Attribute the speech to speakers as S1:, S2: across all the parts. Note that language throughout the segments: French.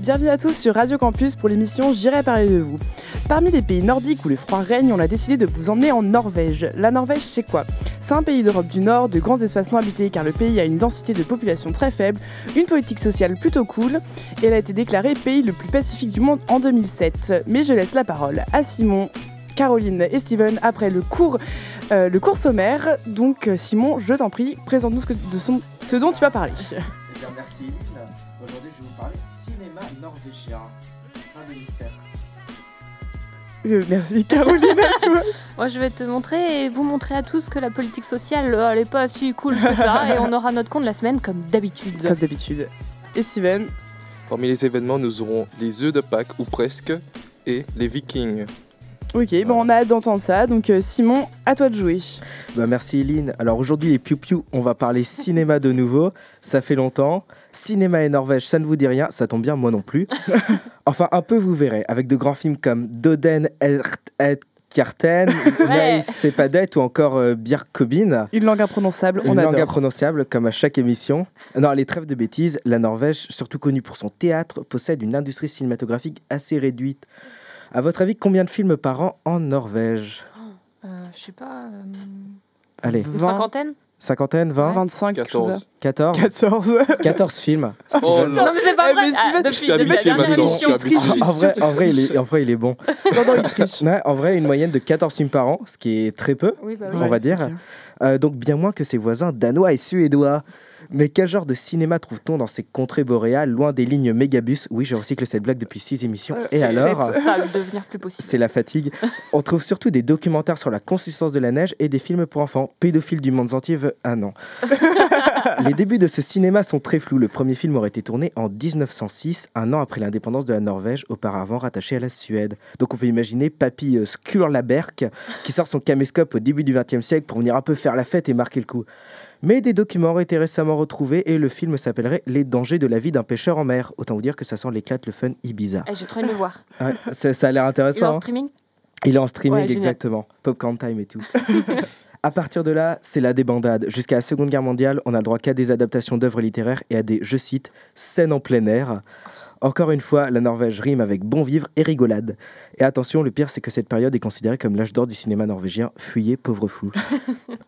S1: Bienvenue à tous sur Radio Campus pour l'émission J'irai parler de vous. Parmi les pays nordiques où le froid règne, on a décidé de vous emmener en Norvège. La Norvège, c'est quoi C'est un pays d'Europe du Nord, de grands espaces non habités car le pays a une densité de population très faible, une politique sociale plutôt cool, et elle a été déclarée pays le plus pacifique du monde en 2007. Mais je laisse la parole à Simon, Caroline et Steven après le cours, euh, le cours sommaire. Donc euh, Simon, je t'en prie, présente-nous ce, que- de son- ce dont tu vas parler.
S2: Eh bien, merci Lynn. Aujourd'hui, je vais vous parler cinéma norvégien. Plein de mystères.
S1: Euh, merci Caroline, à toi.
S3: Moi, je vais te montrer et vous montrer à tous que la politique sociale, euh, elle est pas si cool que ça. et on aura notre compte la semaine comme d'habitude.
S1: Comme d'habitude. Et Steven,
S4: Parmi les événements, nous aurons les œufs de Pâques, ou presque, et les Vikings.
S1: Ah, Ok, bon, on a hâte d'entendre ça. Donc, euh, Simon, à toi de jouer.
S2: Bah, merci Lynn. Alors aujourd'hui, les piou-piou, on va parler cinéma de nouveau. Ça fait longtemps. Cinéma et Norvège, ça ne vous dit rien. Ça tombe bien, moi non plus. enfin, un peu, vous verrez. Avec de grands films comme Doden Edkarten,
S3: Ouais.
S2: Neis Sepadet ou encore euh, Bjerkobin.
S1: Une langue imprononcable, on
S2: Une langue
S1: adore.
S2: imprononciable, comme à chaque émission. Non, les trêves de bêtises, la Norvège, surtout connue pour son théâtre, possède une industrie cinématographique assez réduite. À votre avis, combien de films par an en Norvège
S3: Euh, je sais pas. euh,
S2: Allez,
S3: une
S1: Vingt.
S3: cinquantaine
S2: cinquantaine, 20,
S1: 25, quelque chose
S4: 14.
S2: 14
S1: 14.
S2: 14 films.
S4: Oh là
S3: Non, mais c'est
S1: Eh,
S3: pas
S1: mais
S3: vrai.
S1: c'est
S3: Ah,
S1: pas-
S3: depuis
S4: Je
S3: depuis
S4: suis
S3: la
S4: habitué
S3: dernière
S4: maintenant,
S3: émission,
S4: je suis
S3: triste.
S4: habitué.
S2: en, vrai, en, vrai, il est, en vrai, il est bon. Ouais, en vrai, une moyenne de 14 films par an, ce qui est très peu.
S3: Oui, bah oui.
S2: On va dire. Euh, donc bien moins que ses voisins danois et suédois. Mais quel genre de cinéma trouve-t-on dans ces contrées boréales, loin des lignes mégabus Oui, je recycle cette blague depuis six émissions.
S4: Euh,
S2: Et alors
S3: Ça va devenir plus possible.
S2: c'est la fatigue. On trouve surtout des documentaires sur la consistance de la neige et des films pour enfants. Pédophile du monde entier veut un an. Les débuts de ce cinéma sont très flous. Le premier film aurait été tourné en 1906, un an après l'indépendance de la Norvège, auparavant rattachée à la Suède. Donc on peut imaginer Papy euh, Skurlaberg qui sort son caméscope au début du XXe siècle pour venir un peu faire la fête et marquer le coup. Mais des documents auraient été récemment retrouvés et le film s'appellerait Les dangers de la vie d'un pêcheur en mer. Autant vous dire que ça sent l'éclate, le fun Ibiza.
S3: Eh, J'ai trop aimé le voir.
S2: Ouais, ça, ça a l'air
S3: Il est
S2: intéressant.
S3: en
S2: hein.
S3: streaming
S2: Il est en streaming,
S3: Ouais, génial.
S2: exactement. Popcorn time et tout. à partir de là, c'est la débandade. Jusqu'à la Seconde Guerre mondiale, on a le droit qu'à des adaptations d'œuvres littéraires et à des, je cite, scènes en plein air. Encore une fois, la Norvège rime avec bon vivre et rigolade. Et attention, le pire, c'est que cette période est considérée comme l'âge d'or du cinéma norvégien. Fuyez, pauvre fou.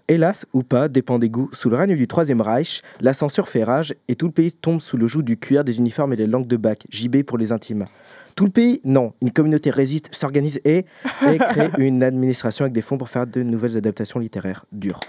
S2: Hélas, ou pas, dépend des goûts. Sous le règne du Troisième Reich, la censure fait rage et tout le pays tombe sous le joug du cuir, des uniformes et des langues de bac. JB pour les intimes. Tout le pays Non. Une communauté résiste, s'organise et, et crée une administration avec des fonds pour faire de nouvelles adaptations littéraires. Dur.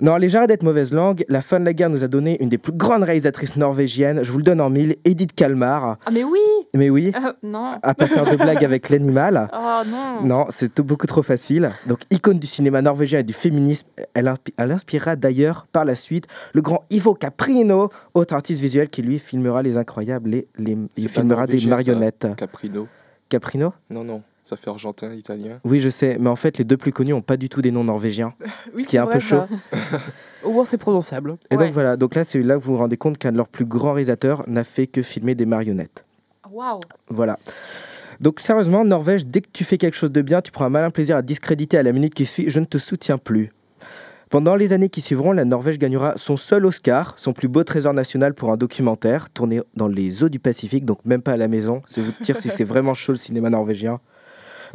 S2: Non, les j'arrête d'être mauvaise langue. La fin de la guerre nous a donné une des plus grandes réalisatrices norvégiennes. Je vous le donne en mille, Edith Kalmar.
S3: Ah, mais oui
S2: Mais oui,
S3: Euh, Non.
S2: à pas faire de blagues avec l'animal.
S4: Ah.
S3: Oh non.
S2: Non, c'est tout- beaucoup trop facile. Donc, icône du cinéma norvégien et du féminisme, elle, inspi- elle inspirera d'ailleurs par la suite le grand Ivo Caprino, autre artiste visuel qui lui filmera les incroyables et les,
S4: C'est
S2: il
S4: pas
S2: filmera des
S4: norvégien, ça.
S2: marionnettes.
S4: Caprino.
S2: Caprino
S4: Non, non, ça fait argentin, italien.
S2: Oui, je sais, mais en fait, les deux plus connus n'ont pas du tout des noms norvégiens. ce qui est un peu chaud.
S1: Au moins, c'est prononçable.
S2: Et
S3: Ouais.
S2: donc voilà, donc là, c'est là que vous vous rendez compte qu'un de leurs plus grands réalisateurs n'a fait que filmer des marionnettes.
S3: Oh, Waouh.
S2: Voilà. Donc sérieusement, Norvège, dès que tu fais quelque chose de bien, tu prends un malin plaisir à discréditer à la minute qui suit, je ne te soutiens plus. Pendant les années qui suivront, la Norvège gagnera son seul Oscar, son plus beau trésor national pour un documentaire tourné dans les eaux du Pacifique, donc même pas à la maison. C'est vous dire si c'est vraiment chaud le cinéma norvégien.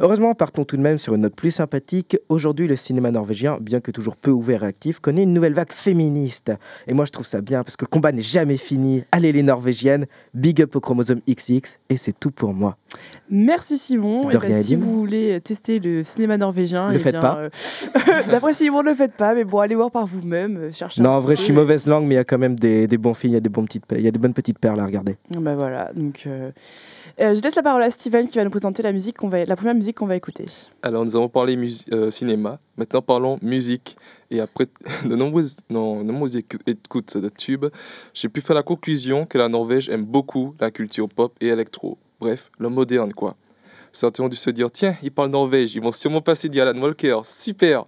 S2: Heureusement, partons tout de même sur une note plus sympathique. Aujourd'hui, le cinéma norvégien, bien que toujours peu ouvert et actif, connaît une nouvelle vague féministe. Et moi, je trouve ça bien parce que le combat n'est jamais fini. Allez les Norvégiennes, big up au chromosome XX, et c'est tout pour moi.
S1: Merci Simon.
S2: De
S1: Et bah,
S2: rien,
S1: si
S2: Aline.
S1: vous voulez tester le cinéma norvégien,
S2: Le
S1: eh
S2: faites
S1: bien,
S2: pas.
S1: euh, D'après Simon, ne le faites pas, mais bon, allez voir par vous-même. euh, Cherchez
S2: Non,
S1: un
S2: en
S1: petit
S2: vrai,
S1: peu.
S2: je suis mauvaise langue, mais il y a quand même des, des bons films, il y a des, bons petites, pe- il y a des bonnes petites perles à regarder.
S1: Bah voilà, donc euh, euh, je laisse la parole à Steven qui va nous présenter la musique qu'on va, la première musique qu'on va écouter.
S4: Alors, nous avons parlé mus- euh, cinéma. Maintenant, parlons musique. Et après de nombreuses, non, de nombreuses éc- écoutes de tubes, j'ai pu faire la conclusion que la Norvège aime beaucoup la culture pop et électro. Bref, le moderne, quoi. Certains ont dû se dire tiens, ils parlent Norvège, ils vont sûrement passer d'Alan Walker, super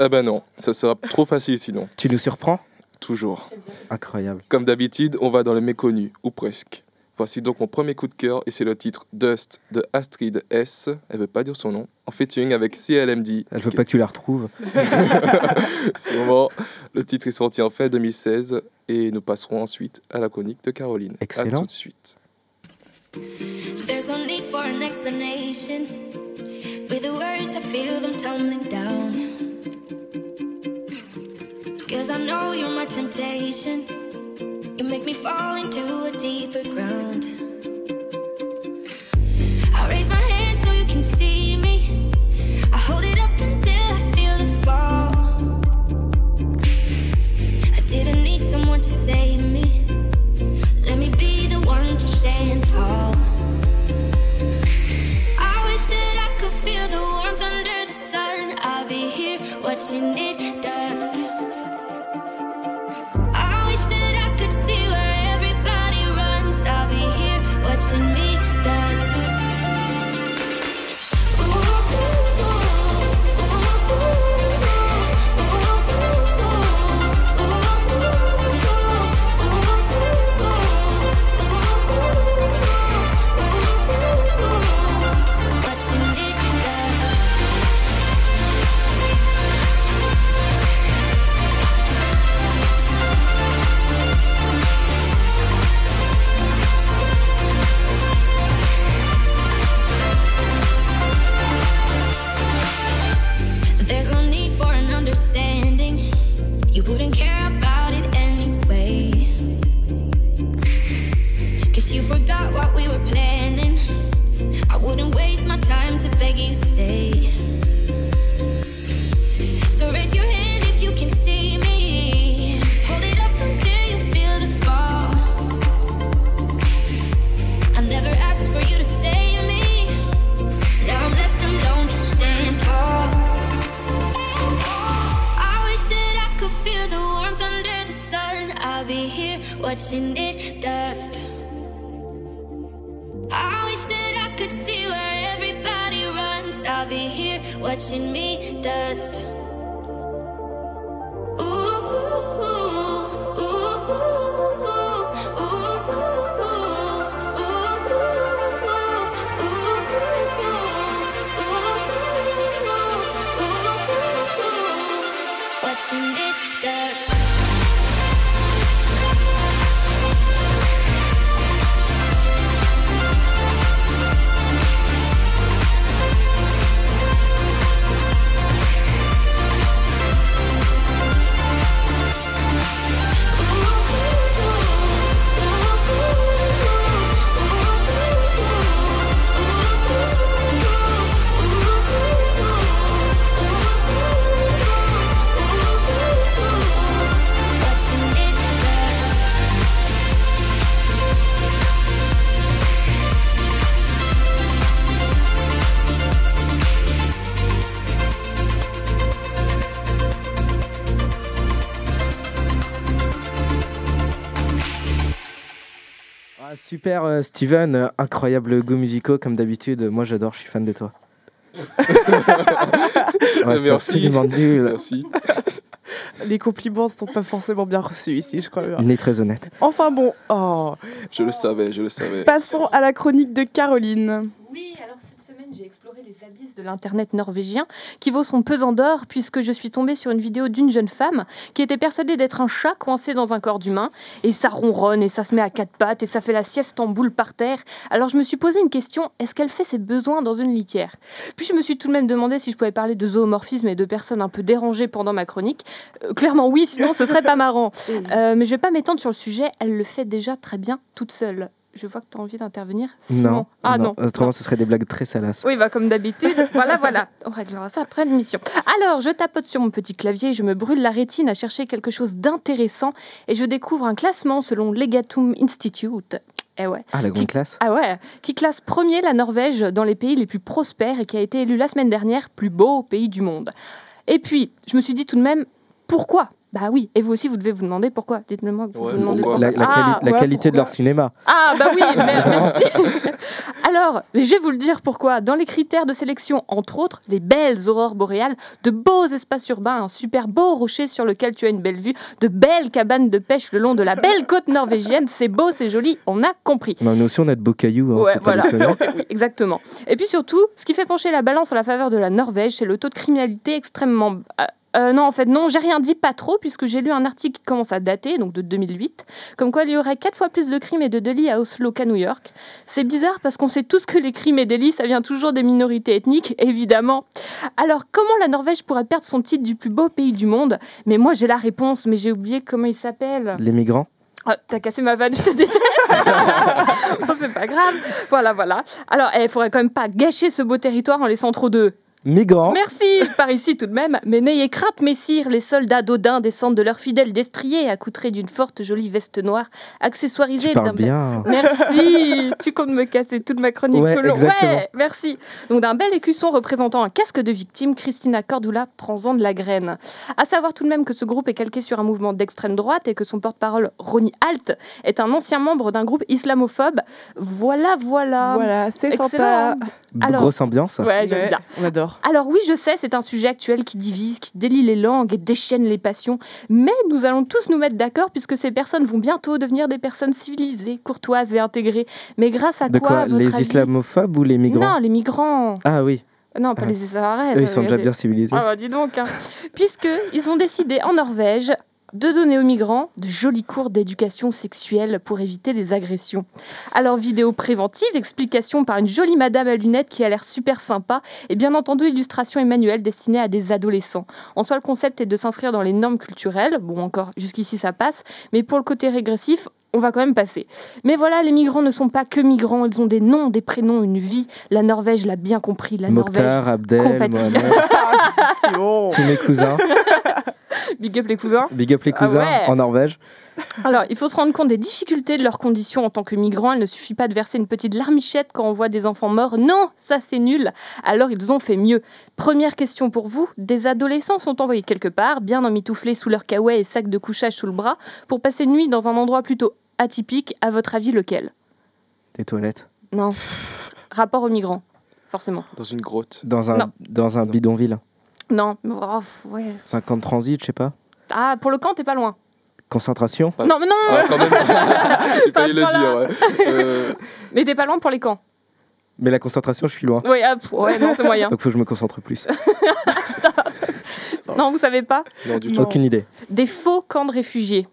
S4: Eh ben non, ça sera trop facile sinon.
S2: Tu nous surprends
S4: toujours.
S2: Incroyable.
S4: Comme d'habitude, on va dans le méconnu, ou presque. Voici donc mon premier coup de cœur et c'est le titre Dust de Astrid S. Elle veut pas dire son nom. En featuring avec CLMD.
S2: Elle veut pas que tu la retrouves.
S4: Sûrement. Le titre est sorti en fin 2016 et nous passerons ensuite à la chronique de Caroline. À
S2: Excellent.
S4: tout de suite.
S5: There's no need for an explanation. With the words, I feel them tumbling down. Cause I know you're my temptation. You make me fall into a deeper ground. I raise my hand so you can see me. I hold it up until I feel it fall. I didn't need someone to save me. Let me be the one to stand tall. I wish that I could feel the warmth under the sun. I'll be here watching it dust. I wish that I could see where everybody runs. I'll be here watching me dust. Ooh, ooh, ooh, ooh, ooh, ooh, ooh, ooh, ooh, ooh, ooh, ooh, ooh, ooh, ooh, ooh, watching it dust. There's no need for an understanding. You wouldn't care about it anyway. Cause you forgot what we were planning. I wouldn't waste my time to beg you stay. So raise your hand if you can see me. Hold it up until you feel the fall. I never asked for you to save me. Now I'm left alone to stand tall. I wish that I could feel the warmth under the sun. I'll be here watching it dust. I wish that I could see where everybody runs. I'll be here watching me dust. Ooh, ooh, ooh, ooh, ooh, ooh, ooh, ooh, ooh, ooh, ooh, ooh, ooh, ooh, ooh, ooh, ooh, ooh, ooh. Watching it dust. Watching it dust.
S2: Ah, super euh, Steven, euh, incroyable goût musicaux comme d'habitude. Moi j'adore, je suis fan de toi. ouais, c'était
S4: Merci.
S2: absolument nul.
S4: Merci.
S1: Les compliments ne sont pas forcément bien reçus ici, je crois.
S2: Il est très honnête.
S1: Enfin bon, oh.
S4: Je le savais, je le savais.
S1: passons à la chronique de Caroline.
S3: Oui, alors cette semaine, j'ai exploré les abysses de l'internet norvégien qui vaut son pesant d'or puisque je suis tombée sur une vidéo d'une jeune femme qui était persuadée d'être un chat coincé dans un corps d'humain et ça ronronne et ça se met à quatre pattes et ça fait la sieste en boule par terre. Alors je me suis posé une question, est-ce qu'elle fait ses besoins dans une litière Puis je me suis tout de même demandé si je pouvais parler de zoomorphisme et de personnes un peu dérangées pendant ma chronique. Euh, clairement oui, sinon ce serait pas marrant. Euh, mais je vais pas m'étendre sur le sujet, elle le fait déjà très bien toute seule. Je vois que tu as envie d'intervenir. Simon.
S2: Non,
S3: Ah
S2: non. euh,
S3: non.
S2: Autrement, ce serait des blagues très salaces.
S3: Oui, bah, comme d'habitude. voilà, voilà. On réglera ça après l'émission. Alors, je tapote sur mon petit clavier, je me brûle la rétine à chercher quelque chose d'intéressant et je découvre un classement selon Legatum Institute. Eh ouais.
S2: Ah, la grande classe
S3: Ah ouais, qui classe premier la Norvège dans les pays les plus prospères et qui a été élu la semaine dernière plus beau pays du monde. Et puis, je me suis dit tout de même, pourquoi Bah oui, et vous aussi, vous devez vous demander pourquoi. Dites-le moi. Vous
S4: Ouais,
S3: vous demandez
S4: pourquoi
S2: La, la
S3: pourquoi.
S2: quali-
S3: ah,
S2: la
S1: ouais,
S2: qualité de
S1: pourquoi
S2: leur cinéma.
S3: ah, bah oui, mais- merci. Alors, je vais vous le dire pourquoi. Dans les critères de sélection, entre autres, les belles aurores boréales, de beaux espaces urbains, un super beau rocher sur lequel tu as une belle vue, de belles cabanes de pêche le long de la belle côte norvégienne, c'est beau, c'est joli, on a compris.
S2: Non, mais aussi, on a de beaux cailloux. hein,
S3: Ouais,
S2: faut pas
S3: voilà.
S2: déconner.
S3: Oui, exactement. Et puis surtout, ce qui fait pencher la balance en la faveur de la Norvège, c'est le taux de criminalité extrêmement. euh, euh, non, en fait, non, j'ai rien dit pas trop, puisque j'ai lu un article qui commence à dater, donc de 2008, comme quoi il y aurait quatre fois plus de crimes et de délits à Oslo qu'à New York. C'est bizarre parce qu'on sait tous que les crimes et délits, ça vient toujours des minorités ethniques, évidemment. Alors, comment la Norvège pourrait perdre son titre du plus beau pays du monde Mais moi, j'ai la réponse, mais j'ai oublié comment il s'appelle.
S2: Les migrants.
S3: Ah, T'as cassé ma vanne, je te déteste. Bon, c'est pas grave. Voilà, voilà. Alors, il faudrait quand même pas gâcher ce beau territoire en laissant trop de.
S2: Migrants.
S3: Merci par ici tout de même. Mais n'ayez crainte, messire. Les soldats d'Odin descendent de leur fidèle destrier, accoutrés d'une forte jolie veste noire, accessoirisée
S2: Tu
S3: d'un.
S2: parles bien.
S3: Merci Tu comptes me casser toute ma chronique
S2: Ouais,
S3: tout le long.
S2: exactement.
S3: Ouais, merci. Donc d'un bel écusson représentant un casque de victime, Christina Cordula prend-en de la graine. À savoir tout de même que ce groupe est calqué sur un mouvement d'extrême droite et que son porte-parole Ronnie Halt est un ancien membre d'un groupe islamophobe. Voilà, voilà.
S1: Voilà, c'est
S3: Ah, Excellent.
S1: sympa.
S3: Alors-
S2: Grosse ambiance.
S3: Ouais, j'aime
S1: Ouais,
S3: bien.
S1: On adore.
S3: Alors oui, je sais, c'est un sujet actuel qui divise, qui délie les langues et déchaîne les passions, mais nous allons tous nous mettre d'accord puisque ces personnes vont bientôt devenir des personnes civilisées, courtoises et intégrées. Mais grâce à
S2: De
S3: quoi,
S2: quoi
S3: à votre
S2: Les
S3: avis
S2: islamophobes ou les migrants
S3: Non, les migrants.
S2: Ah oui,
S3: Non, pas
S2: Ah.
S3: les arrêtes.
S2: eux ils sont déjà bien civilisés.
S3: Ah bah dis donc. hein. Puisque ils ont décidé en Norvège de donner aux migrants de jolis cours d'éducation sexuelle pour éviter les agressions. Alors vidéo préventive, explication par une jolie madame à lunettes qui a l'air super sympa et bien entendu illustration et manuel destinée à des adolescents. En soi le concept est de s'inscrire dans les normes culturelles, bon encore jusqu'ici ça passe, mais pour le côté régressif, on va quand même passer. Mais voilà, les migrants ne sont pas que migrants, ils ont des noms, des prénoms, une vie. La Norvège l'a bien compris, la Norvège
S2: Mokhtar, Abdel,
S3: compatie.
S2: Mohamed,
S1: C'est bon.
S2: tous mes cousins.
S3: Big up les cousins.
S2: Big up les
S3: Ah
S2: cousins
S3: ouais.
S2: en Norvège.
S3: Alors, il faut se rendre compte des difficultés de leurs conditions en tant que migrants. Il ne suffit pas de verser une petite larmichette quand on voit des enfants morts. Non, ça c'est nul. Alors, ils ont fait mieux. Première question pour vous. Des adolescents sont envoyés quelque part, bien emmitouflés sous leur kawaii et sac de couchage sous le bras, pour passer une nuit dans un endroit plutôt atypique. À votre avis, lequel
S2: Des toilettes.
S3: Non. Rapport aux migrants, forcément.
S4: Dans une grotte.
S2: Dans un,
S3: Non.
S2: dans un bidonville.
S3: Non. Oh, pff, ouais.
S2: 50 transit, je sais pas.
S3: Ah, pour le camp, t'es pas loin.
S2: Concentration.
S4: Ouais.
S3: Non, mais non
S4: Ah, quand même Il
S3: Passe
S4: fallait le
S3: par là.
S4: dire, ouais. Euh,
S3: Mais t'es pas loin pour les camps.
S2: Mais la concentration, je suis loin.
S3: Oui, hop, ouais, non, c'est moyen.
S2: Donc faut que je me concentre plus.
S3: Non, vous savez pas
S4: non, du tout.
S1: Non.
S2: Aucune idée.
S3: des faux camps de réfugiés.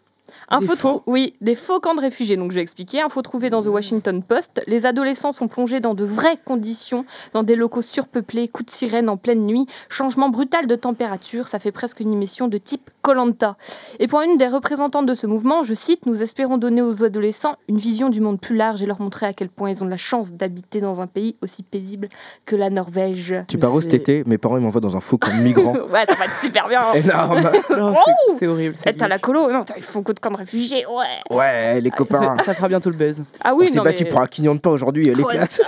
S3: Un
S1: Des
S3: faux trou-
S1: faux
S3: oui, des faux camps de réfugiés. Donc je vais expliquer. Info trouvée dans The Washington Post. Les adolescents sont plongés dans de vraies conditions, dans des locaux surpeuplés, coups de sirène en pleine nuit, changement brutal de température. Ça fait presque une émission de type Colanta. Et pour une des représentantes de ce mouvement, je cite Nous espérons donner aux adolescents une vision du monde plus large et leur montrer à quel point ils ont de la chance d'habiter dans un pays aussi paisible que la Norvège.
S2: Tu
S1: Mais
S2: pars où cet
S1: c'est-
S2: été Mes parents ils m'envoient dans un faux camp migrant.
S3: ouais, ça va être super bien.
S2: Énorme.
S1: Non, c'est- C'est horrible. c'est
S3: Eh, T'as
S1: horrible.
S3: la colo Non, t'as les faux camps de réfugiés, ouais.
S2: Ouais, les
S1: Ça
S2: copains.
S1: fait- Ça fera bientôt le buzz.
S3: Ah
S2: On
S3: oui,
S2: s'est
S3: non,
S2: battu
S3: mais-
S2: pour un quignon de pain aujourd'hui, elle
S3: Ouais.
S2: éclate.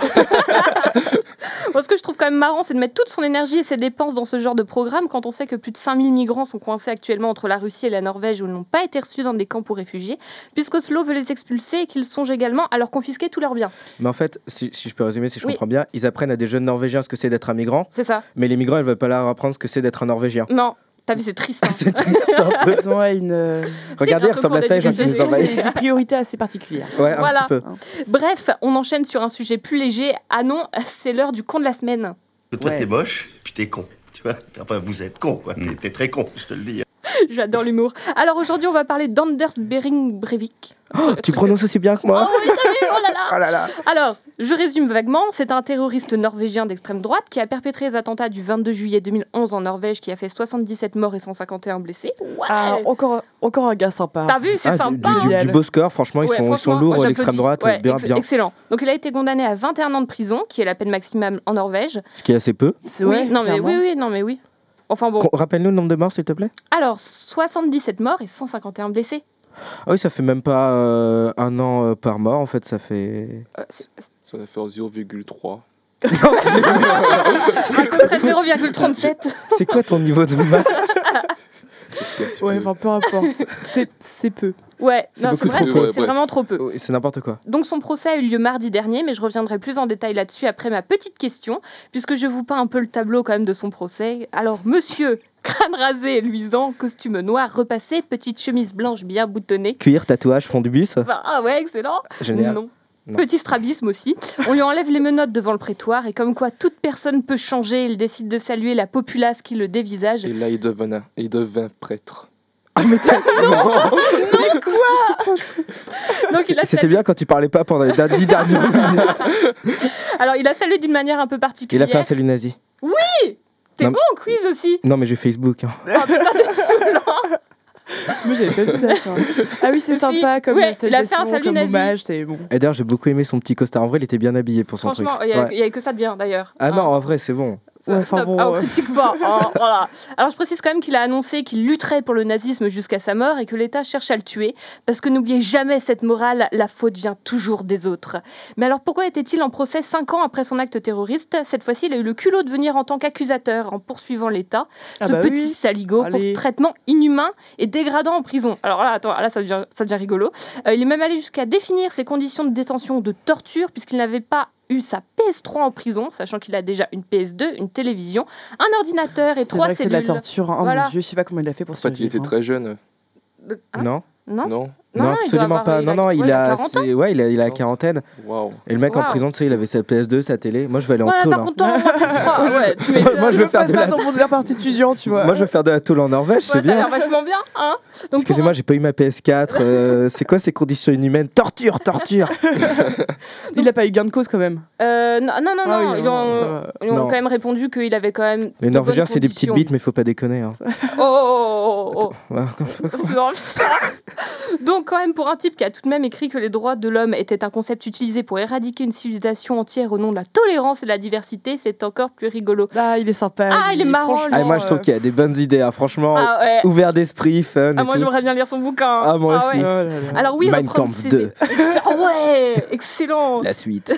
S3: Moi, ce que je trouve quand même marrant, c'est de mettre toute son énergie et ses dépenses dans ce genre de programme quand on sait que plus de 5000 migrants sont coincés actuellement entre la Russie et la Norvège où ils n'ont pas été reçus dans des camps pour réfugiés, puisqu'Oslo veut les expulser et qu'ils songent également à leur confisquer tous leurs biens.
S2: Mais en fait, si, si je peux résumer, si je
S3: Oui.
S2: comprends bien, ils apprennent à des jeunes Norvégiens ce que c'est d'être un migrant,
S3: C'est ça
S2: mais les migrants, ils veulent pas leur apprendre ce que c'est d'être un Norvégien.
S3: Non. T'as vu, c'est triste. hein.
S2: c'est triste un peu.
S1: Ils ont ouais, une, euh,
S2: Regardez,
S3: bien
S2: il ressemble à
S3: ce
S2: ça, les gens
S3: cours
S2: qui nous
S1: gestion
S2: envahissent.
S1: des priorités assez particulières.
S2: Ouais, un
S3: Voilà.
S2: petit peu.
S3: Bref, on enchaîne sur un sujet plus léger. Ah non, c'est l'heure du con de la semaine.
S6: Toi,
S2: Ouais.
S6: t'es moche, puis t'es con. Tu vois Enfin, vous êtes con, quoi. T'es- T'es très con, je te le dis.
S3: J'adore l'humour. Alors aujourd'hui, on va parler d'Anders Bering Breivik.
S2: Tu prononces aussi bien que moi
S3: Oui, t'as vu Oh là là
S2: Oh là là
S3: Alors, je résume vaguement, c'est un terroriste norvégien d'extrême droite qui a perpétré les attentats du 22 juillet 2011 en Norvège qui a fait 77 morts et 151 blessés. Ouais.
S1: Ah, encore, encore un gars sympa.
S3: T'as vu, c'est
S2: Ah, du,
S3: sympa
S2: du- du- du beau score, franchement, ils,
S3: Ouais,
S2: sont, ils
S3: franchement,
S2: sont lourds,
S3: moi,
S2: l'extrême
S3: j'applaudis.
S2: droite,
S3: Ouais,
S2: bien,
S3: ex-
S2: bien.
S3: Excellent. Donc il a été condamné à 21 ans de prison, qui est la peine maximale en Norvège.
S2: Ce qui est assez peu.
S1: C'est- ouais,
S3: oui, non mais
S1: clairement.
S3: oui, oui, non mais oui. Enfin bon.
S2: Qu'on- Rappelle-nous le nombre de morts, s'il te plaît.
S3: Alors 77 morts et 151 blessés.
S2: Ah oui, ça fait même pas euh, un an euh, par mort, en fait, ça fait.
S3: Euh, c'est-
S4: Ça va faire 0,3.
S3: à peu près 0,37.
S2: C'est quoi ton niveau de maths
S4: aussi un petit
S1: Ouais,
S4: peu.
S1: enfin peu importe, c'est- c'est peu.
S3: Ouais,
S2: C'est
S3: non,
S2: beaucoup
S3: c'est vrai,
S4: trop peu.
S3: c'est
S4: Ouais,
S3: vraiment
S4: bref.
S3: trop peu.
S2: Oui, Oh, C'est n'importe quoi.
S3: Donc son procès a eu lieu mardi dernier, mais je reviendrai plus en détail là-dessus après ma petite question, puisque je vous peins un peu le tableau quand même de son procès. Alors monsieur, crâne rasé, et luisant, costume noir, repassé, petite chemise blanche bien boutonnée.
S2: Cuir, tatouage, fond du bus.
S3: Bah, ah ouais, excellent.
S2: Génial.
S3: Non.
S2: Non.
S3: Petit strabisme aussi. On lui enlève les menottes devant le prétoire et comme quoi toute personne peut changer, il décide de saluer la populace qui le dévisage.
S4: Et là, il devint, il devint prêtre.
S2: Ah, mais tiens,
S3: Donc il a
S2: C'était
S3: salué-
S2: bien quand tu parlais pas pendant les dix dernières minutes.
S3: Alors il a salué d'une manière un peu
S2: Il a
S3: particulière.
S2: fait un salut nazi.
S3: T'es
S2: Non,
S3: bon en quiz aussi.
S2: Non, mais j'ai Facebook. hein.
S1: Moi j'avais pas vu ça. tiens. Ah oui, c'est
S3: Si.
S1: sympa comme
S3: Ouais,
S1: salutation,
S3: il a fait un salut
S1: comme
S3: nazi.
S1: hommage, t'es bon.
S2: Et d'ailleurs, j'ai beaucoup aimé son petit costard. En vrai, il était bien habillé pour son truc.
S3: Franchement, il n'y avait,
S2: Ouais.
S3: il y avait que ça de bien d'ailleurs.
S2: Ah non,
S3: Hein.
S2: en vrai, c'est bon.
S3: Ça,
S1: Ouais, enfin
S3: stop.
S1: bon,
S3: Ah, on
S1: euh.
S3: critique pas. hein, voilà. Alors je précise quand même qu'il a annoncé qu'il lutterait pour le nazisme jusqu'à sa mort et que l'État cherche à le tuer. Parce que n'oubliez jamais cette morale, la faute vient toujours des autres. Mais alors pourquoi était-il en procès cinq ans après son acte terroriste Cette fois-ci, il a eu le culot de venir en tant qu'accusateur en poursuivant l'État.
S1: Ah
S3: ce
S1: bah
S3: petit
S1: oui.
S3: saligo
S1: Allez.
S3: pour traitement inhumain et dégradant en prison. Alors là, attends, là ça devient, ça devient rigolo. Euh, il est même allé jusqu'à définir ses conditions de détention de torture puisqu'il n'avait pas eu sa PS3 en prison, sachant qu'il a déjà une PS2, une télévision, un ordinateur et
S1: C'est
S3: trois
S1: vrai que c'est de
S3: cellules.
S1: la torture. hein. Oh
S3: Voilà.
S1: mon dieu, je sais pas comment il a fait pour
S4: En fait, il était
S1: survivre, hein.
S4: très jeune.
S3: De- hein
S2: non,
S3: non,
S4: Non
S3: Non, non, il doit
S2: absolument
S3: avoir-
S2: pas.
S3: il
S2: Non,
S3: a-
S2: non,
S3: ouais, bah,
S2: il
S3: il a
S2: a,
S3: 40 ans.
S2: c'est- ouais, il a, il a la quarantaine.
S4: Waouh.
S2: Et le mec en
S3: Waouh.
S2: prison, tu sais, il avait sa PS2, sa télé. Moi, je vais aller en
S3: Ouais,
S2: tôle.
S3: bah, par
S2: hein.
S3: contre, toi, moi, PS3, ouais, tu m'étonnes.
S1: hein.
S2: Moi, je
S1: Je
S2: veux
S1: veux
S2: faire
S1: pas
S2: de
S1: ça
S2: la-
S1: dans mon appart étudiant, tu vois.
S2: Moi, je vais faire de la tôle en Norvège,
S3: Ouais,
S2: c'est
S3: ça a
S2: bien.
S3: l'air vachement bien, hein Donc,
S2: Excusez-moi, j'ai pas eu ma PS4. euh, c'est quoi ces conditions inhumaines Torture, torture
S1: Il a pas eu gain de cause quand même.
S3: pour- euh, non, non, non,
S1: Ah oui,
S3: non, ils
S1: non,
S3: ont,
S1: ça va.
S3: ils ont
S2: Non.
S3: quand même répondu qu'il avait quand même.
S2: Les
S3: de
S2: Norvégiens,
S3: bonnes
S2: c'est des petites
S3: conditions.
S2: bites, mais faut pas déconner. hein.
S3: Oh, oh, oh, oh, oh.
S2: Ouais.
S3: Non. Donc quand même pour un type qui a tout de même écrit que les droits de l'homme étaient un concept utilisé pour éradiquer une civilisation entière au nom de la tolérance et de la diversité, c'est encore plus rigolo.
S1: Ah, il est sympa.
S3: Ah, il est
S1: lui,
S3: marrant,
S1: franchement.
S2: Ah, et moi, je trouve
S1: euh,
S2: qu'il y a des bonnes idées, hein, franchement.
S3: Ah ouais.
S2: Ouvert d'esprit, fun.
S3: Ah,
S2: et
S3: moi
S2: tout.
S3: j'aimerais bien lire son bouquin.
S2: Ah, moi aussi.
S1: Oh
S3: ouais.
S1: là là.
S3: Alors oui,
S2: Mein
S3: reprendre
S2: Kampf
S3: ses
S2: 2.
S3: Ah ouais, excellent.
S2: La suite.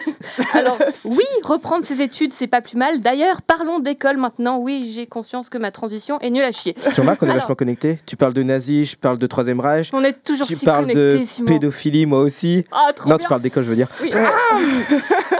S3: Alors oui, reprendre ses études, c'est pas plus mal. D'ailleurs, parlons d'école maintenant. Oui, j'ai conscience que ma transition est nulle à chier.
S2: tu remarques qu'on est
S3: Alors-
S2: vachement connectés Tu parles de nazis, je parle de Troisième Reich.
S3: On est toujours
S2: Tu
S3: si
S2: parles de
S3: connectés, Simon.
S2: pédophilie, moi aussi.
S3: Ah, trop
S2: non,
S3: bien.
S2: tu parles d'école, je veux dire.
S3: Oui. Ah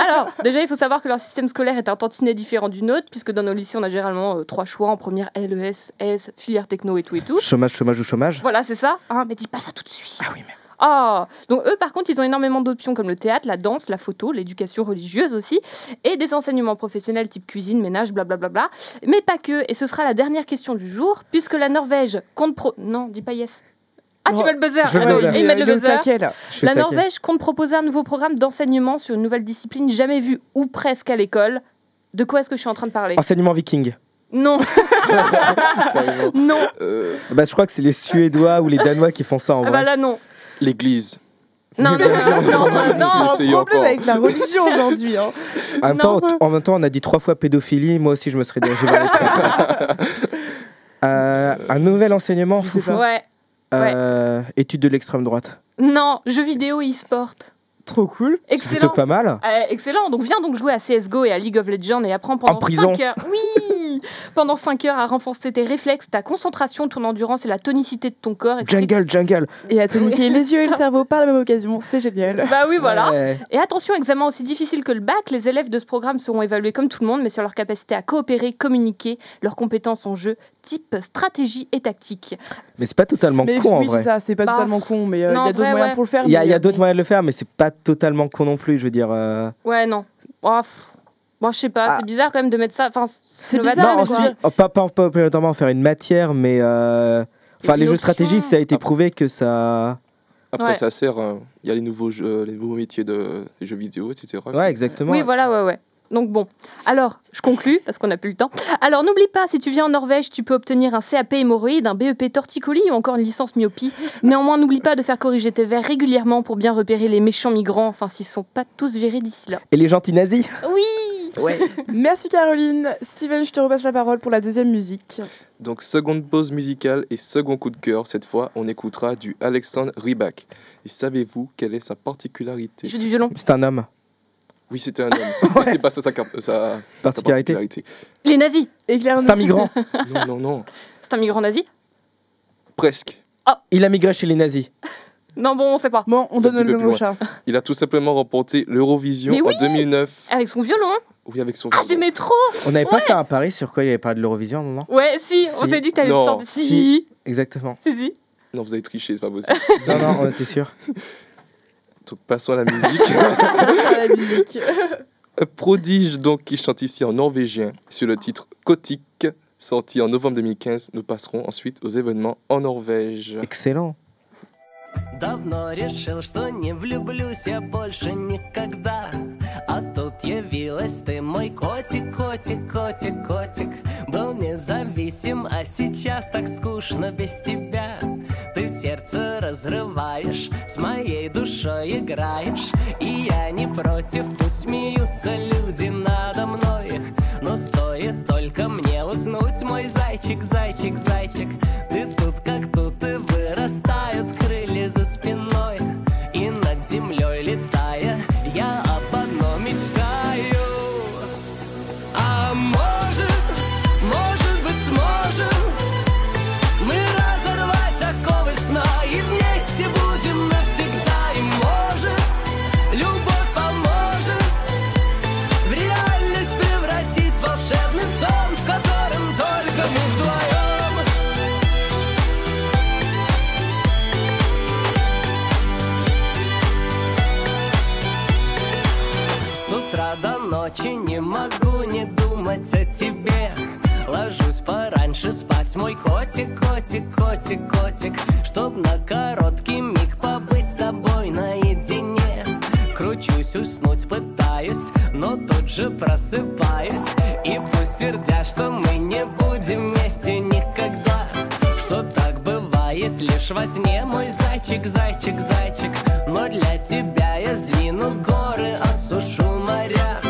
S3: Alors, déjà, il faut savoir que leur système scolaire est un tantinet différent du nôtre, puisque dans nos lycées, on a généralement euh, trois choix en première LES, S, filière techno et tout et tout.
S2: Chômage, chômage ou chômage
S3: Voilà, c'est ça. Hein, mais dis pas ça tout de suite. Ah oui, merde. Ah, donc eux par contre ils ont énormément d'options comme le théâtre, la danse, la photo, l'éducation religieuse aussi, et des enseignements professionnels type cuisine, ménage, blablabla. Bla, bla. Mais pas que, et ce sera la dernière question du jour, puisque la Norvège compte pro... Non, dis pas yes. Ah tu
S1: Non,
S3: mets le buzzer,
S2: je mets le
S3: Ah non,
S2: buzzer.
S3: ils mettent le
S1: Il est au
S3: buzzer.
S1: taquet, là.
S2: Je suis
S3: La
S2: taquet.
S3: Norvège compte proposer un nouveau programme d'enseignement sur une nouvelle discipline jamais vue ou presque à l'école. De quoi est-ce que je suis en train de parler
S2: Enseignement viking.
S3: Non,
S4: Carrément.
S3: non,
S4: Euh,
S2: Bah, je crois que c'est les Suédois ou les Danois qui font ça en
S3: ah
S2: vrai. bah,
S3: bah là non.
S4: L'église.
S3: Non, non, non, non, non, non,
S4: Essayons
S1: Problème
S4: encore.
S1: avec la religion aujourd'hui. hein.
S2: en, même
S3: Non.
S2: temps, en même temps, on a dit trois fois pédophilie. Moi aussi, je me serais dirigé vers les prêtres. Euh, un nouvel enseignement,
S1: Je sais
S2: foufou.
S1: pas.
S3: Ouais,
S2: Euh, étude de l'extrême droite.
S3: non, jeux vidéo et e-sport.
S1: Trop cool.
S2: C'est plutôt
S3: Excellent.
S2: pas mal.
S3: Euh, excellent, donc viens donc jouer à CSGO et à League of Legends et apprends pendant
S2: En prison.
S3: 5 heures. Oui Pendant 5 heures à renforcer tes réflexes, ta concentration, ton endurance et la tonicité de ton corps. et que
S2: Jungle, jungle.
S1: Et à te niquer les yeux et le cerveau par la même occasion, c'est génial.
S3: c'est- Bah oui, voilà.
S2: Ouais.
S3: Et attention, examen aussi difficile que le bac, les élèves de ce programme seront évalués comme tout le monde, mais sur leur capacité à coopérer, communiquer, leurs compétences en jeu, type stratégie et tactique.
S2: Mais c'est pas totalement
S1: Mais
S2: con en
S1: oui, c'est
S2: vrai.
S1: ça, c'est pas
S3: Bah,
S1: totalement con, mais euh, il
S3: non,
S1: y
S3: en
S1: a d'autres
S3: vrai,
S1: moyens
S3: ouais.
S1: pour le faire.
S2: Il y a, il y a
S1: mais- euh,
S2: d'autres moyens de le faire, mais c'est pas totalement con non plus. Je veux dire. euh,
S3: Ouais, non. Oh, pff. Bon, je sais pas,
S2: Ah.
S3: c'est bizarre quand même de mettre ça. Enfin, c'est
S1: bizarre,
S3: novateur,
S2: Non,
S1: mais
S3: quoi.
S2: ensuite, oh, pas, pas, pas obligatoirement en faire une matière, mais. euh, Enfin,
S3: Une
S2: les jeux
S3: option. Ah
S2: stratégiques, ça a été prouvé que ça.
S4: Après,
S3: Ouais.
S4: ça sert. euh, Il y a les nouveaux, jeux, les nouveaux métiers de, des jeux vidéo, etc.
S2: Ouais, exactement.
S3: Oui, voilà, ouais, ouais. Donc bon, alors je conclus parce qu'on n'a plus le temps. Alors n'oublie pas, si tu viens en Norvège, tu peux obtenir un CAP hémorroïde, un BEP torticolis ou encore une licence myopie. Néanmoins, n'oublie pas de faire corriger tes verres régulièrement pour bien repérer les méchants migrants, enfin s'ils sont pas tous virés d'ici là.
S2: Et les gentils nazis
S3: Oui
S1: Merci Caroline. Steven, je te repasse la parole pour la deuxième musique.
S4: Donc, seconde pause musicale et second coup de cœur. Cette fois, on écoutera du Alexandre Rybak. Et savez-vous quelle est sa particularité
S3: Je joue du violon.
S2: C'est un homme.
S4: Oui, c'était un homme. Mais C'est pas ça sa, car- sa- sa
S2: Particularité.
S4: particularité.
S3: Les nazis
S1: Éclaire
S2: C'est un migrant.
S4: Non, non, non.
S3: C'est un migrant nazi
S4: Presque.
S2: Il a migré chez les nazis.
S3: Non, bon, on sait pas.
S1: Bon, on
S4: C'est un
S1: donne
S4: petit
S1: le
S4: peu
S1: mot au
S4: plus
S1: chat.
S4: Il a tout simplement remporté l'Eurovision
S3: Mais oui
S4: en 2009.
S3: Avec son violon
S4: Oui, avec son
S3: Ah,
S4: violon.
S3: j'aimais trop
S2: On n'avait pas fait un pari sur quoi il avait parlé de l'Eurovision, non
S3: Ouais, si, on
S2: Si.
S3: s'est dit que t'allais
S4: Non.
S3: me sortir.
S2: Si. Exactement.
S3: si, si.
S4: Non, vous avez triché, c'est pas possible.
S2: Non, non, on était sûr.
S4: Donc, passons à la musique.
S1: Ah, la musique.
S4: Un prodige donc qui chante ici en norvégien sur le titre Kotik, sorti en novembre 2015. Nous passerons ensuite aux événements en Norvège.
S2: Excellent.
S7: Давно решил, что не влюблюсь я больше никогда А тут явилась ты, мой котик, котик, котик, котик Был независим, а сейчас так скучно без тебя Ты сердце разрываешь, с моей душой играешь И я не против, пусть смеются люди надо мной Но стоит только мне уснуть, мой зайчик, зайчик, зайчик Ты тут как тут и вырастают крылья за спиной И над землей летая, я об одном мечтаю А может, может быть сможем мы разорвать оковы сна и вместе будем навсегда И может, любовь поможет в реальность превратить волшебный сон, в котором только мы вдвоем. С утра до ночи не могу не думать о тебе Ложусь пораньше спать, мой котик, котик, котик, котик Чтоб на короткий миг побыть с тобой наедине Кручусь, уснуть пытаюсь, но тут же просыпаюсь И пусть твердя, что мы не будем вместе никогда Что так бывает лишь во сне, мой зайчик, зайчик, зайчик Но для тебя я сдвину горы, осушу моря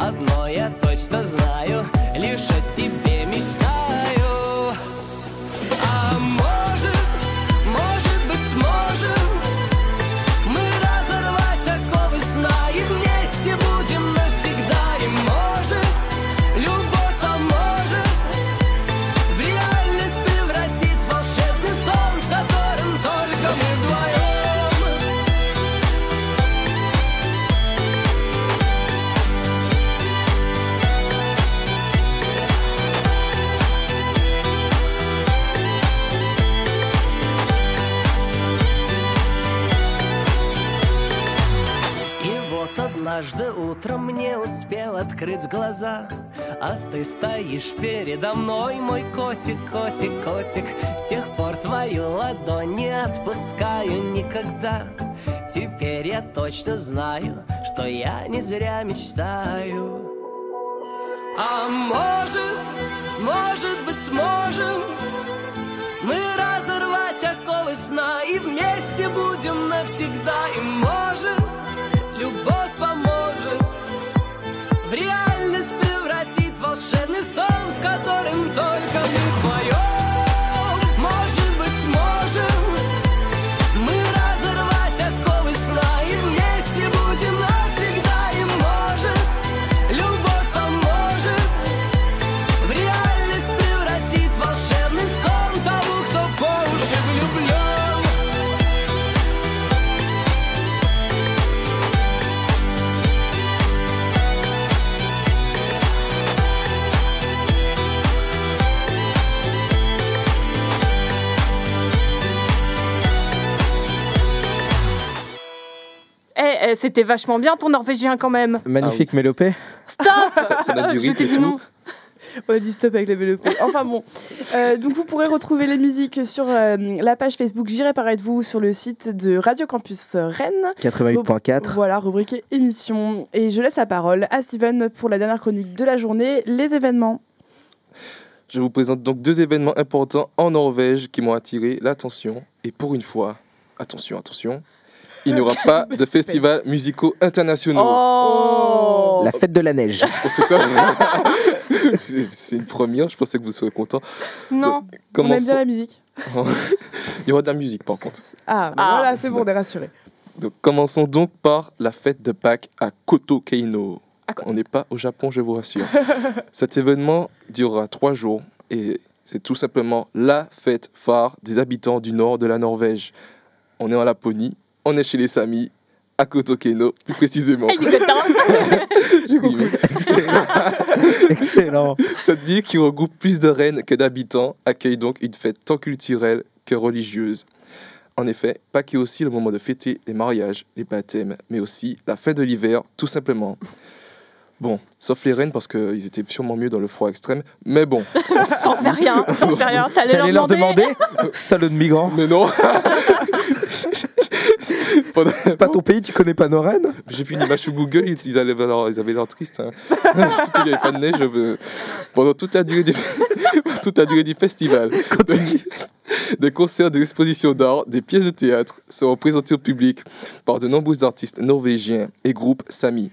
S7: Одно я точно знаю, лишь о тебе мечтаю А может, может быть сможем Мы разорвать оковы сна и вместе будем навсегда И может, любовь поможет в реальность превратить волшебный сон, в котором только мы вдвоем. И вот однажды утром мне успел открыть глаза А ты стоишь передо мной, мой котик, котик, котик С тех пор твою ладонь не отпускаю никогда Теперь я точно знаю, что я не зря мечтаю А может, может быть сможем мы разорвать оковы сна и вместе будем навсегда И может, любовь поможет В реальность превратить волшебный сон, в котором только мы вдвоем Может быть сможем мы разорвать оковы сна И вместе будем навсегда И может, любовь поможет в реальность превратить волшебный сон того, кто по уши влюблен.
S3: Eh, eh, c'était vachement bien ton norvégien quand même.
S2: Magnifique mélopée.
S3: Stop
S4: Ça, ça date du
S3: Je
S4: rythme
S3: t'ai
S4: et
S3: dit non.
S4: tout.
S1: On a dit stop avec les vélos. Enfin bon. Euh, donc vous pourrez retrouver les musiques sur euh, la page Facebook J'irai parler de vous sur le site de Radio Campus Rennes.
S2: 88.4.
S1: Voilà, rubriqué émission. Et je laisse la parole à Steven pour la dernière chronique de la journée, les événements.
S4: Je vous présente donc deux événements importants en Norvège qui m'ont attiré l'attention. Et pour une fois, attention, attention, il n'y aura pas de festivals musicaux internationaux.
S1: Oh.
S3: Oh
S2: La fête de la neige.
S4: Pour ce temps- C'est- C'est une première, je pensais que vous serez content.
S3: Non.
S1: On aime bien
S4: Commençons.
S1: la musique.
S4: Il y aura de la musique par contre.
S1: Ah, bah
S3: Ah.
S1: voilà, c'est bon, on est rassurés.
S4: Donc, commençons donc par la fête de Pâques à Kotokeino.
S3: À quoi-
S4: On n'est pas au Japon, je vous rassure. Cet événement durera trois jours et C'est tout simplement la fête phare des habitants du nord de la Norvège. On est en Laponie, on est chez les Samis, à Kotokeno, plus précisément.
S3: Eh, Il est hein. content.
S2: Excellent.
S4: Cette ville qui regroupe plus de reines que d'habitants accueille donc une fête tant culturelle que religieuse. En effet, Pâques est aussi le moment de fêter les mariages, les baptêmes, mais aussi la fin de l'hiver, tout simplement. Bon, sauf les reines parce qu'ils étaient sûrement mieux dans le froid extrême, mais bon.
S3: T'en sais rien, t'en sais rien, t'allais
S2: T'allais
S3: leur
S2: leur
S3: demander.
S2: demander Salaud de migrant.
S4: Mais non Pendant-
S2: C'est pas ton pays, tu connais pas nos reines
S4: J'ai vu une image sur Google, ils, ils avaient leur, ils avaient leur triste. hein. Surtout qu'il n'y avait pas de neige euh, pendant toute la durée du, toute la durée du festival. Des concerts, des expositions d'art, des pièces de théâtre seront présentés au public par de nombreux artistes norvégiens et groupes Sami.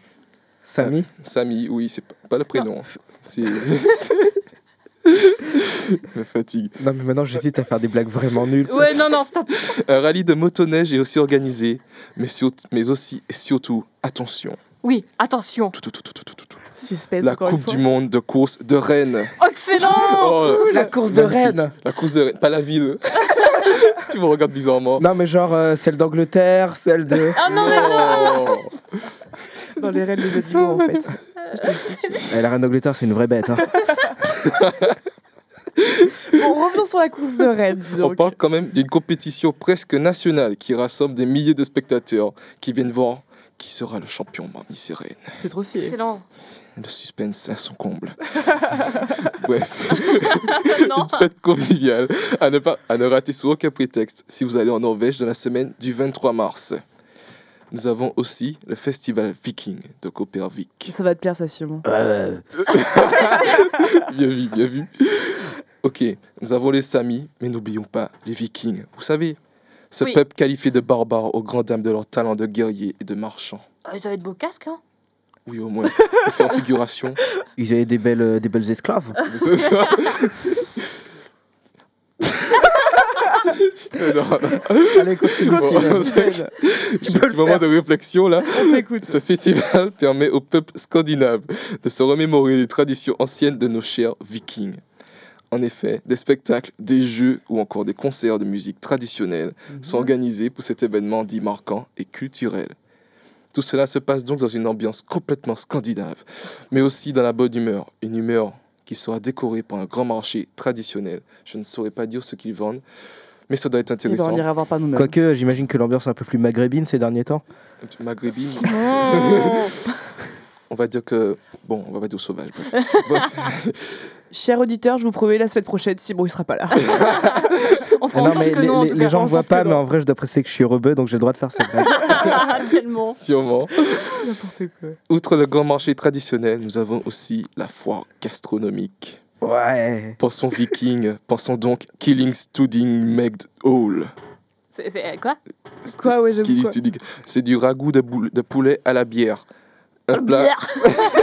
S2: Samy
S4: Sami, oui, c'est p- pas le prénom. hein. C'est. Me fatigue.
S2: Non, mais maintenant j'hésite à faire des blagues vraiment nulles.
S3: Ouais, non, non, stop.
S4: Un rallye de motoneige est aussi organisé, mais, sur- mais aussi et surtout, attention.
S3: Oui, attention.
S4: tout, tout, tout, tout, tout, tout, tout,
S1: Suspense
S4: La
S1: encore une
S4: Coupe
S1: fois.
S4: du Monde de course de Rennes.
S3: Excellent
S4: Oh,
S2: La course de
S4: magnifique.
S2: Rennes
S4: La course de Rennes, pas la ville. tu me regardes bizarrement.
S2: Non, mais genre euh, celle d'Angleterre, celle de.
S3: Ah non, mais
S4: Oh.
S1: Dans les règles des animaux, en fait.
S2: Eh, la reine d'Angleterre, c'est une vraie bête. hein.
S1: Bon, revenons sur la course de Rennes, dis
S4: On
S1: donc.
S4: parle quand même d'une compétition presque nationale qui rassemble des milliers de spectateurs qui viennent voir qui sera le champion parmi ces Rennes.
S1: C'est trop stylé.
S3: Excellent.
S4: Le suspense à son comble. Bref,
S3: Non.
S4: une fête conviviale à ne, pas, à ne rater sous aucun prétexte si vous allez en Norvège dans la semaine du 23 mars. Nous avons aussi le festival Viking de Kopervik.
S1: Ça va te plaire, ça, Simon.
S2: Euh,
S4: Bien vu, bien vu. Ok, nous avons les Samis, mais n'oublions pas les Vikings. Vous savez, ce
S3: Oui.
S4: peuple qualifié de barbare aux grandes dames de leur talent de guerrier et de marchand.
S3: Euh, Ça va être beau casque, hein
S4: Oui, au moins, il fait en figuration.
S2: ils avaient des belles, euh, des belles esclaves.
S4: Ce soir. Mais non, non.
S2: Allez, continue.
S4: Bon,
S2: Cyril.
S4: c'est-
S2: tu peux
S4: petit
S2: le faire.
S4: moment de réflexion là.
S1: On t'écoute.
S4: Ce festival permet au peuple scandinave de se remémorer les traditions anciennes de nos chers vikings. En effet, des spectacles, des jeux ou encore des concerts de musique traditionnelle sont organisés pour cet événement dit marquant et culturel. Tout cela se passe donc dans une ambiance complètement scandinave, mais aussi dans la bonne humeur, une humeur qui sera décorée par un grand marché traditionnel. Je ne saurais pas dire ce qu'ils vendent, mais ça doit être
S1: Eh ben,
S4: intéressant.
S1: on ira voir par nous-mêmes.
S2: Quoique, euh, j'imagine que l'ambiance est un peu plus maghrébine ces derniers temps.
S4: Maghrébine.
S3: Simon.
S2: Ah,
S4: On va dire que. Bon, on va pas dire sauvage. bref.
S1: Chers auditeurs, je vous promets, la semaine prochaine, Simon, il sera pas là.
S3: On
S2: Ah
S3: fera en sorte
S2: mais
S3: que
S2: les,
S3: non, en
S2: les-
S3: tout
S2: les
S3: cas.
S2: gens ne voient
S1: sorte que
S2: pas, mais
S1: non.
S2: en vrai, je dois presser que je suis rebeu, donc j'ai le droit de faire cette blague.
S3: Ah, tellement.
S4: Sûrement.
S1: N'importe quoi.
S4: Outre le grand marché traditionnel, nous avons aussi la foire gastronomique.
S2: Ouais.
S4: Pensons viking, pensons donc Killing Studing Megd Hall.
S3: C'est c'est- eh, quoi
S1: Quoi, ouais, j'avoue.
S4: Killing
S1: quoi.
S4: Studing, c'est du ragoût de, boule- de poulet à la bière. Un plat
S3: Bière.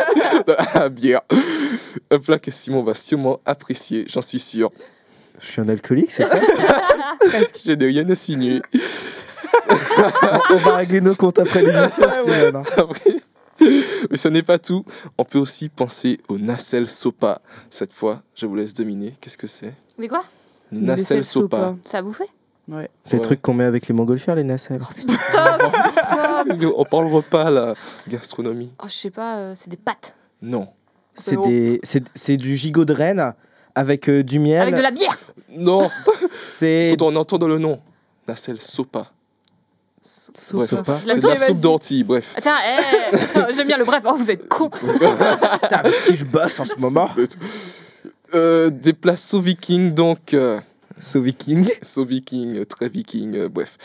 S4: à la bière. Un plat que Simon va sûrement apprécier, j'en suis sûr.
S2: Je suis un alcoolique, c'est ça
S4: Je n'ai rien à signer.
S2: On va régler nos comptes après l'émission. si tu veux, non
S4: Après- Ah Mais ce n'est pas tout. On peut aussi penser au nacelle sopa. Cette fois, je vous laisse dominer. Qu'est-ce que c'est
S3: Mais quoi Oh,
S1: Une
S4: Nacelle
S1: vaisselle
S4: sopa.
S3: Ça a bouffé
S2: C'est
S4: Ouais.
S2: le truc qu'on met avec les montgolfières, les nacelles.
S3: Oh, Stop Stop
S4: On parle repas là. Gastronomie.
S3: Oh, Je sais pas, euh, c'est des pâtes.
S4: Non.
S2: C'est
S3: bon.
S2: des- c'est- c'est du gigot de renne avec euh, du miel.
S3: Avec de la bière
S4: Non.
S2: C'est
S4: Quand on entend dans le nom. Nacelle sopa. Bref.
S2: Sopa.
S3: La
S4: C'est de la
S3: soupe,
S4: soupe d'ortie. Bref.
S3: Tiens, eh, j'aime bien le bref. Oh, vous êtes con.
S2: Putain, avec qui je bosse en ce moment
S4: Euh, des plats sous viking donc. euh,
S2: So Viking.
S4: so viking, euh, très viking, euh, bref.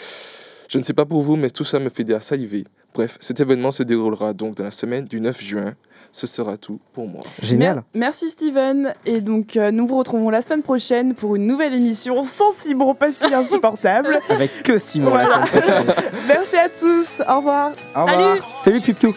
S4: Je ne sais pas pour vous, mais tout ça me fait déjà saliver. Bref, cet événement se déroulera donc dans la semaine du 9 juin. Ce sera tout pour moi.
S2: Génial.
S1: Mer- merci Steven. Et donc, euh, nous vous retrouvons la semaine prochaine pour une nouvelle émission sans Simon parce qu'il est insupportable.
S2: Avec que Simon la
S1: Voilà.
S2: semaine prochaine.
S1: merci à tous. Au revoir.
S2: Au revoir. Salut Pipiou.